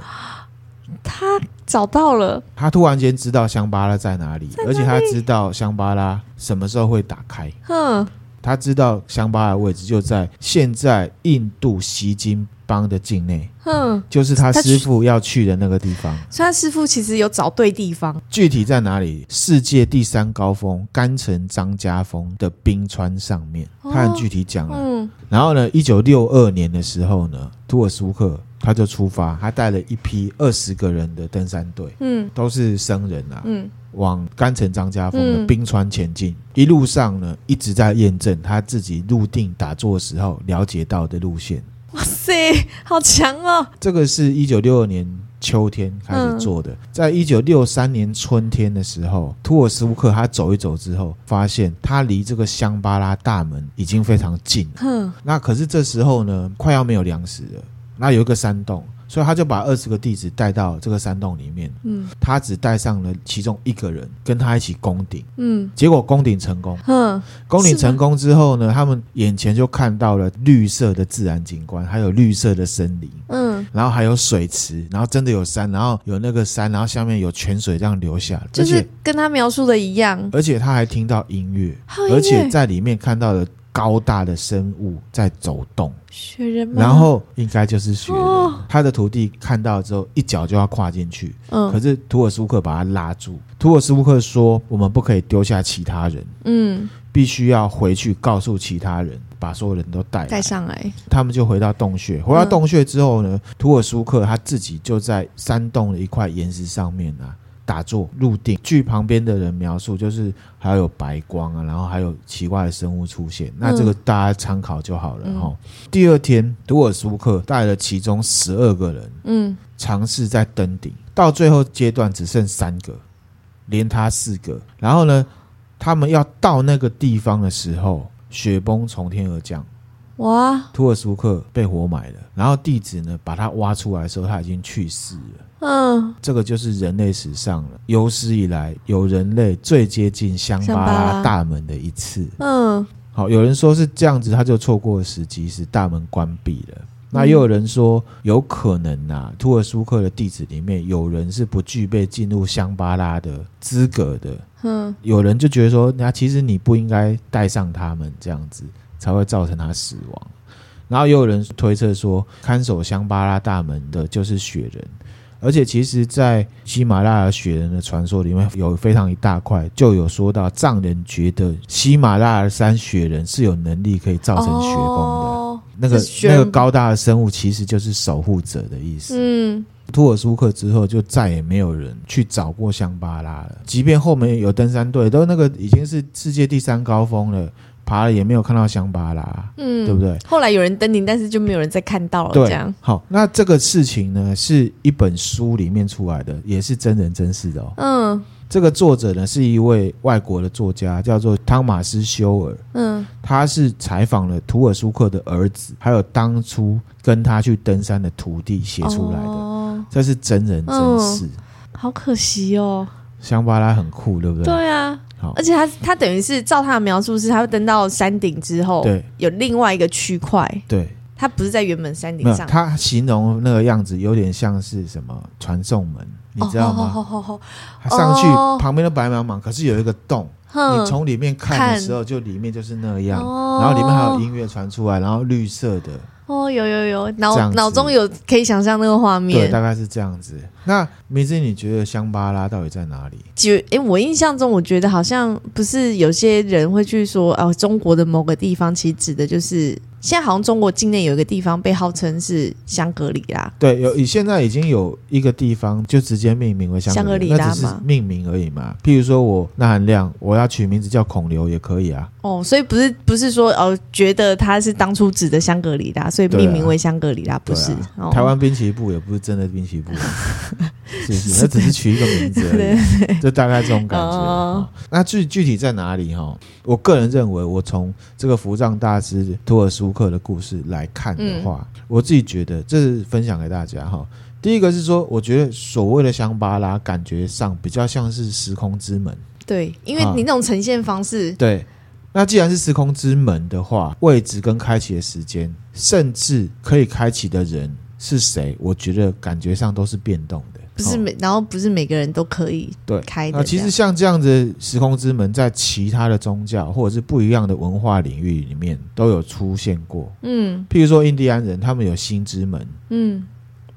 他找到了，他突然间知道香巴拉在哪里，而且他知道香巴拉什么时候会打开。哼，他知道香巴拉的位置就在现在印度锡金邦的境内，哼，就是他他去师傅要去的那个地方。所以他师傅其实有找对地方，具体在哪里？世界第三高峰甘城张家峰的冰川上面，哦他很具体讲了。嗯，然后呢，一九六二年的时候呢，土尔苏克他就出发，他带了一批二十个人的登山队，嗯，都是僧人啊，嗯，往甘城张家峰的嗯冰川前进。一路上呢，一直在验证他自己入定打坐的时候了解到的路线。哇塞，好强哦，这个是一九六二年秋天开始做的，在一九六三年春天的时候，图尔苏克他走一走之后，发现他离这个香巴拉大门已经非常近了。哼，那可是这时候呢，快要没有粮食了，那有一个山洞。所以他就把二十个弟子带到这个山洞里面，嗯，他只带上了其中一个人，跟他一起攻顶。嗯，结果攻顶成功，哼，攻顶是吗成功之后呢，他们眼前就看到了绿色的自然景观，还有绿色的森林。嗯，然后还有水池，然后真的有山，然后有那个山，然后下面有泉水这样流下来，就而是且跟他描述的一样，而且他还听到音乐，还有音乐而且在里面看到了高大的生物在走动，雪人吗？然，后应该就是雪人。哦他的徒弟看到之后，一脚就要跨进去，可嗯，是图尔苏克把他拉住。图尔苏克说：“我们不可以丢下其他人，嗯，必须要回去告诉其他人，把所有人都带来。”带上来，他们就回到洞穴。回到洞穴之后呢，图尔苏克他自己就在山洞的一块岩石上面啊打坐入定。据旁边的人描述，就是还有白光啊，然后还有奇怪的生物出现。那这个大家参考就好了哈、吼第二天，图尔苏克带了其中十二个人嗯，尝试在登顶，到最后阶段只剩三个，连他四个。然后呢，他们要到那个地方的时候，雪崩从天而降。哇，土尔苏克被活埋了，然后弟子呢把他挖出来的时候，他已经去世了。嗯，这个就是人类史上了有史以来有人类最接近香巴香巴拉拉大门的一次。嗯，好，有人说是这样子，他就错过时机，使大门关闭了。那也有人说，有可能啊，土尔苏克的弟子里面有人是不具备进入香巴拉的资格的。嗯，有人就觉得说，那其实你不应该带上他们这样子，才会造成他死亡。然后也有人推测说，看守香巴拉大门的就是雪人，而且其实，在喜马拉雅雪人的传说里面，有非常一大块就有说到，藏人觉得喜马拉雅山雪人是有能力可以造成雪崩的。哦那个是雪那人个高大的生物其实就是守护者的意思。嗯，托尔苏克之后，就再也没有人去找过香巴拉了。即便后面有登山队，都那个已经是世界第三高峰了，爬了也没有看到香巴拉，嗯，对不对？后来有人登顶，但是就没有人再看到了，这对样，，好，那这个事情呢，是一本书里面出来的，也是真人真事的哦。嗯这个作者呢，是一位外国的作家，叫做汤马斯·休尔。嗯他是采访了图尔苏克的儿子，还有当初跟他去登山的徒弟写出来的，哦，嗯这是真人真事。好可惜哦，香巴拉很酷，对不对？对啊，好而，且他他等于是照他的描述是，他会登到山顶之后，对有另外一个区块，对，他不是在原本山没顶有，上，他形容那个样子有点像是什么传送门，你知道哦吗？哦哦哦他上去哦旁边都白茫茫，可是有一个洞，哼你从里面看的看时候，就里面就是那样，哦然后里面还有音乐传出来，然后绿色的，哦，有有有，这脑样子脑中有可以想象那个画对，面大。概是这样子。那明志，你觉得香巴拉到底在哪里？觉诶、我印象中，我觉得好像不是有些人会去说哦，中国的某个地方，其实指的就是现在好像中国境内有一个地方被号称是香格里拉，对，有以现在已经有一个地方就直接命名为香格香格里那拉只是吗命名而已嘛。譬如说我那含量，我要取名字叫孔刘也可以啊。哦，所以不是不是说哦，觉得它是当初指的香格里拉，所以对啊命名为香格里拉，不对是？啊哦、台湾滨崎步也不是真的滨崎步、啊， [LAUGHS] 是不是？是那只是取一个名字而已，就大概这种感觉。哦哦那具具体在哪里哈？我个人认为，我从这个福藏大师托尔苏租客的故事来看的话，嗯我自己觉得这是分享给大家哈。第一个是说，我觉得所谓的香巴拉，感觉上比较像是时空之门。对，因为你那种呈现方式，对，那既然是时空之门的话，位置跟开启的时间，甚至可以开启的人是谁，我觉得感觉上都是变动的。不是哦每、然后不是每个人都可以对开的这那样。其实像这样子时空之门，在其他的宗教或者是不一样的文化领域里面都有出现过。嗯譬如说印第安人，他们有心之门，嗯，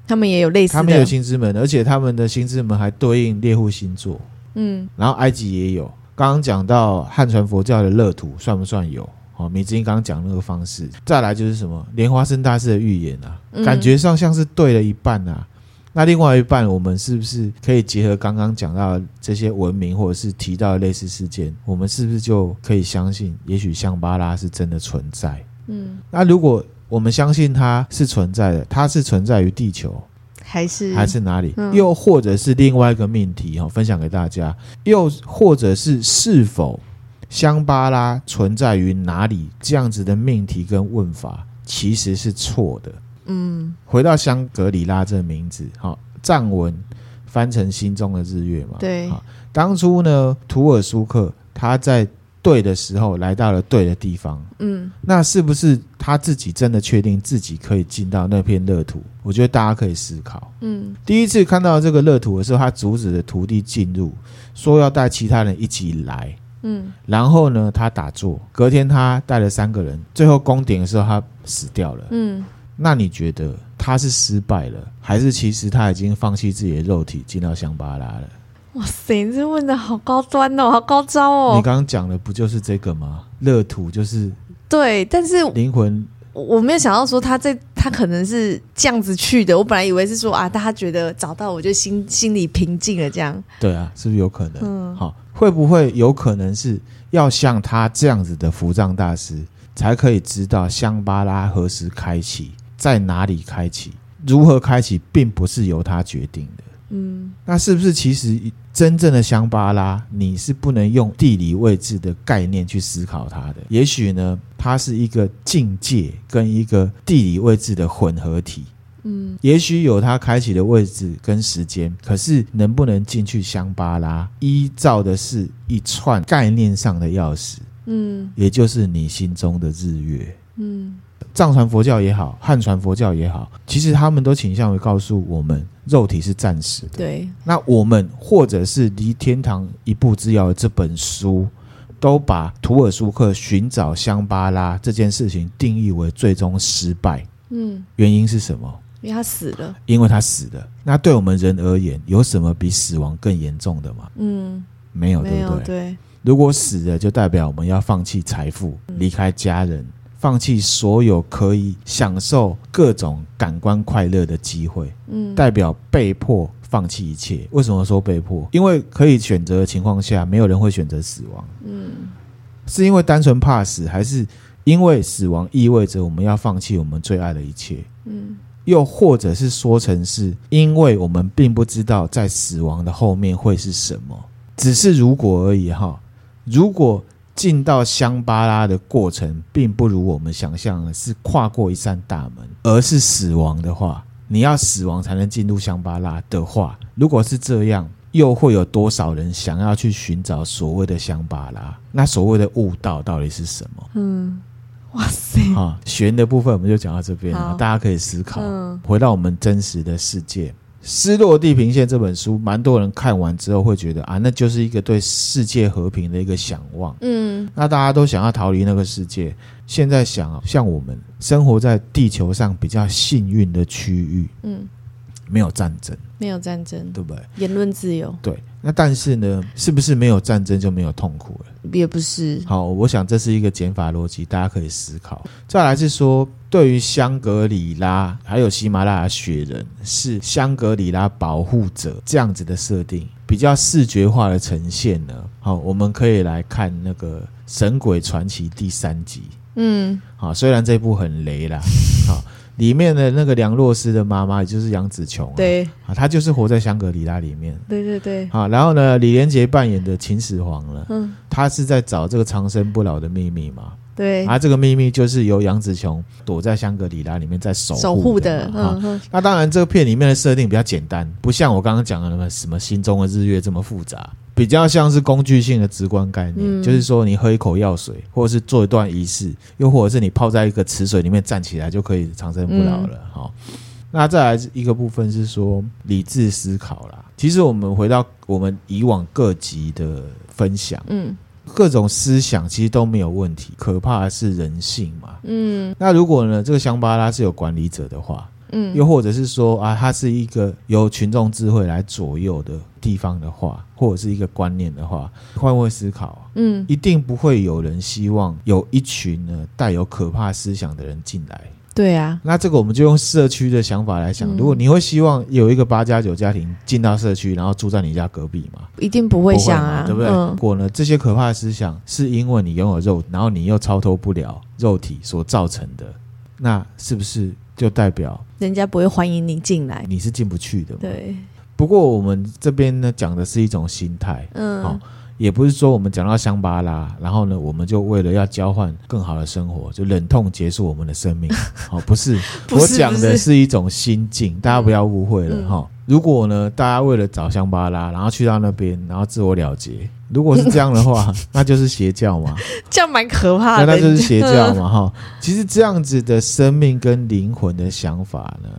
他们也有类似他们有的，心之门，而且他们的心之门还对应猎户星座。嗯然后埃及也有，刚刚讲到汉传佛教的乐土算不算有？哦，米子英刚刚讲那个方式，再来就是什么莲花生大师的预言啊，嗯感觉上像是对了一半啊。那另外一半，我们是不是可以结合刚刚讲到的这些文明或者是提到的类似事件，我们是不是就可以相信，也许香巴拉是真的存在？嗯，那如果我们相信它是存在的，它是存在于地球，还是还是哪里？嗯又或者是另外一个命题哈、哦，分享给大家。又或者是是否香巴拉存在于哪里这样子的命题跟问法，其实是错的。嗯回到香格里拉这个名字，好、藏文翻成心中的日月嘛。对好当初呢，图尔苏克他在对的时候来到了对的地方，嗯那是不是他自己真的确定自己可以进到那片乐土？我觉得大家可以思考。嗯第一次看到这个乐土的时候，他阻止了徒弟进入，说要带其他人一起来。嗯然后呢，他打坐，隔天他带了三个人，最后攻顶的时候他死掉了。嗯，那你觉得他是失败了，还是其实他已经放弃自己的肉体，进到香巴拉了？哇塞，你这问的好高端哦，好高招你哦。刚刚讲的不就是这个吗？乐土就是对，但是灵魂，我我没有想到说他在他可能是这样子去的，我本来以为是说啊，大家觉得找到我就心心里平静了这样。对啊，是不是有可能？嗯好，会不会有可能是要像他这样子的伏藏大师，才可以知道香巴拉何时开启，在哪里开启，如何开启，并不是由他决定的。嗯那是不是其实真正的香巴拉，你是不能用地理位置的概念去思考它的？也许呢，它是一个境界跟一个地理位置的混合体。嗯也许有它开启的位置跟时间，可是能不能进去香巴拉，依照的是一串概念上的钥匙，嗯也就是你心中的日月。嗯藏传佛教也好，汉传佛教也好，其实他们都倾向于告诉我们，肉体是暂时的。对，那我们或者是离天堂一步之遥的这本书，都把图尔苏克寻找香巴拉这件事情定义为最终失败。嗯，原因是什么？因为他死了，因为他死了。那对我们人而言，有什么比死亡更严重的吗？嗯，没有，没对不有对？对，如果死了，就代表我们要放弃财富，嗯离开家人，放弃所有可以享受各种感官快乐的机会。嗯，代表被迫放弃一切。为什么说被迫？因为可以选择的情况下，没有人会选择死亡。嗯是因为单纯怕死，还是因为死亡意味着我们要放弃我们最爱的一切？嗯又或者是说成是因为我们并不知道在死亡的后面会是什么，只是如果而已哈。如果进到香巴拉的过程并不如我们想象的是跨过一扇大门，而是死亡的话，你要死亡才能进入香巴拉的话，如果是这样。又会有多少人想要去寻找所谓的香巴拉？那所谓的悟道到底是什么？嗯，哇塞，啊，玄的部分我们就讲到这边了嗯好，大家可以思考。嗯回到我们真实的世界，《失落地平线》这本书，蛮多人看完之后会觉得啊，那就是一个对世界和平的一个向往。嗯那大家都想要逃离那个世界。现在想啊，像我们生活在地球上比较幸运的区域，嗯，没有战争，没有战争，对不对？言论自由对。那但是呢，是不是没有战争就没有痛苦了？也不是，好，我想这是一个减法逻辑，大家可以思考。再来是说，对于香格里拉还有喜马拉雅雪人是香格里拉保护者这样子的设定，比较视觉化的呈现呢。好，我们可以来看那个《神鬼传奇》第三集。嗯好，虽然这部很雷啦，好，里面的那个梁洛施的妈妈，也就是杨紫琼、啊，，对啊，她就是活在香格里拉里面。对对对，好，然后呢，李连杰扮演的秦始皇呢，嗯他是在找这个长生不老的秘密嘛？对，啊，这个秘密就是由杨紫琼躲在香格里拉里面在守守护护的，嘛哈嗯，嗯那当然，这个片里面的设定比较简单，不像我刚刚讲的那么什么心中的日月这么复杂，比较像是工具性的直观概念，嗯就是说你喝一口药水，或者是做一段仪式，又或者是你泡在一个池水里面站起来就可以长生不老了。好、那再来一个部分是说理智思考啦。其实我们回到我们以往各级的分享，嗯各种思想其实都没有问题，可怕的是人性嘛。嗯那如果呢，这个香巴拉是有管理者的话，嗯，又或者是说啊，它是一个由群众智慧来左右的地方的话，或者是一个观念的话，换位思考，嗯，一定不会有人希望有一群呢带有可怕思想的人进来。对啊，那这个我们就用社区的想法来想，嗯如果你会希望有一个八加九家庭进到社区，然后住在你家隔壁嘛？一定不会想嘛啊，对不对？如嗯果呢，这些可怕的思想是因为你拥有肉，然后你又超脱不了肉体所造成的，那是不是就代表人家不会欢迎你进来，你是进不去的嘛？对，不过我们这边呢讲的是一种心态，好嗯，也不是说我们讲到香巴拉，然后呢我们就为了要交换更好的生活，就忍痛结束我们的生命。 [LAUGHS] 好、哦不是，不是我讲的是一种心境，大家不要误会了嗯哈、如果呢大家为了找香巴拉，然后去到那边，然后自我了结。如果是这样的 [LAUGHS] 话，那就是邪教嘛，这样蛮可怕那的，那就是邪教嘛，哈。其实这样子的生命跟灵魂的想法呢，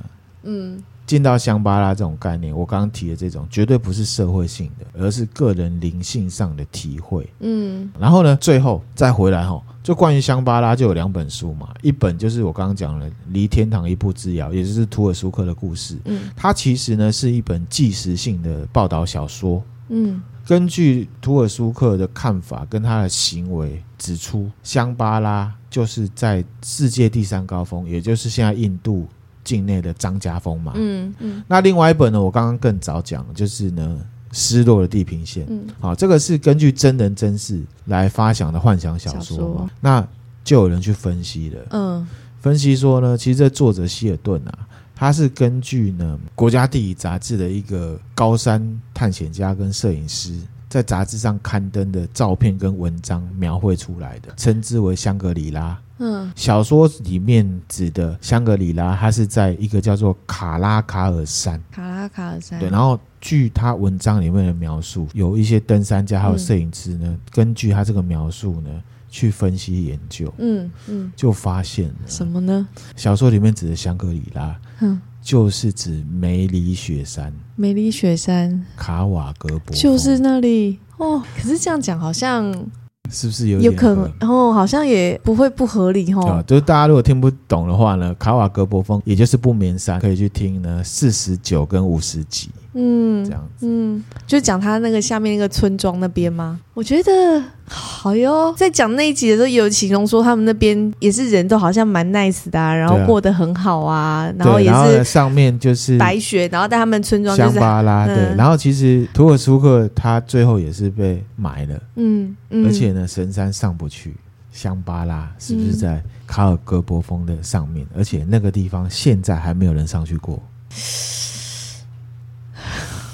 嗯，进到香巴拉这种概念，我刚刚提的这种，绝对不是社会性的，而是个人灵性上的体会。嗯然后呢，最后再回来哈，就关于香巴拉就有两本书嘛，一本就是我刚刚讲了《离天堂一步之遥》，也就是图尔苏克的故事。嗯它其实呢是一本纪实性的报道小说，嗯根据图尔苏克的看法跟他的行为指出，香巴拉就是在世界第三高峰，也就是现在印度境内的张家峰嘛。嗯嗯那另外一本呢，我刚刚更早讲，就是呢，失落的地平线。嗯，好，这个是根据真人真事来发想的幻想小说小嘛说？那就有人去分析了，嗯分析说呢，其实这作者希尔顿啊，他是根据呢《国家地理》杂志的一个高山探险家跟摄影师。在杂志上刊登的照片跟文章描绘出来的，称之为香格里拉。嗯小说里面指的香格里拉，它是在一个叫做卡拉卡尔山卡拉卡尔山，对，然后据他文章里面的描述，有一些登山家还有摄影师呢，根据他这个描述呢去分析研究，嗯嗯，就发现呢，什么呢？小说里面指的香格里拉嗯，就是指梅里雪山、美丽雪山卡瓦格博峰，就是那里哦。可是这样讲好像是不是有有点可能合，然后好像也不会不合理啊，哦。就是大家如果听不懂的话呢，卡瓦格博峰也就是不眠山，可以去听呢四十九跟五十集这嗯样子。嗯，就讲他那个下面那个村庄那边吗？我觉得好哟。在讲那一集的时候，有形容说他们那边也是人都好像蛮 nice 的、啊，然后对啊过得很好啊，然后对，也然后呢是上面就是白雪，然后在他们村庄就香是巴拉，对。嗯然后其实图尔苏克他最后也是被埋了，嗯嗯，而且呢，神山上不去。香巴拉是不是嗯在卡尔格博峰的上面？而且那个地方现在还没有人上去 [SIGHS] 过。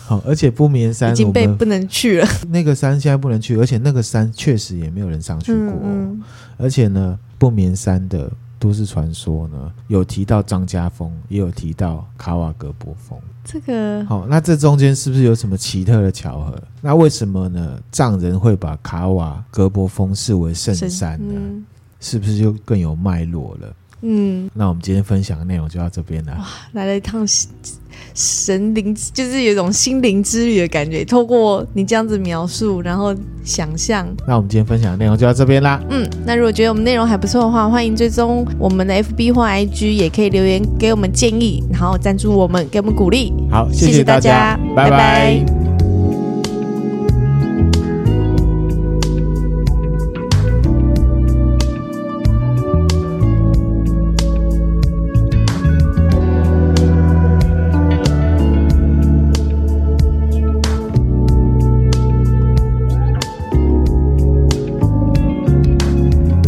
好、而且不眠山已经被我们不能去了。 [LAUGHS] 那个山现在不能去，而且那个山确实也没有人上去过。嗯而且呢，不眠山的都市传说呢，有提到张家峰，也有提到卡瓦格博峰。嗯，这个好、那这中间是不是有什么奇特的巧合？那为什么呢？藏人会把卡瓦格博峰视为圣啊神山呢？嗯是不是就更有脉络了？嗯，那我们今天分享的内容就到这边了。来了一趟神神灵，就是有一种心灵之旅的感觉。透过你这样子描述，然后想象，那我们今天分享的内容就到这边啦。嗯，那如果觉得我们内容还不错的话，欢迎追踪我们的 FB 或 IG，也可以留言给我们建议，然后赞助我们，给我们鼓励。好，谢谢大大家，拜拜拜拜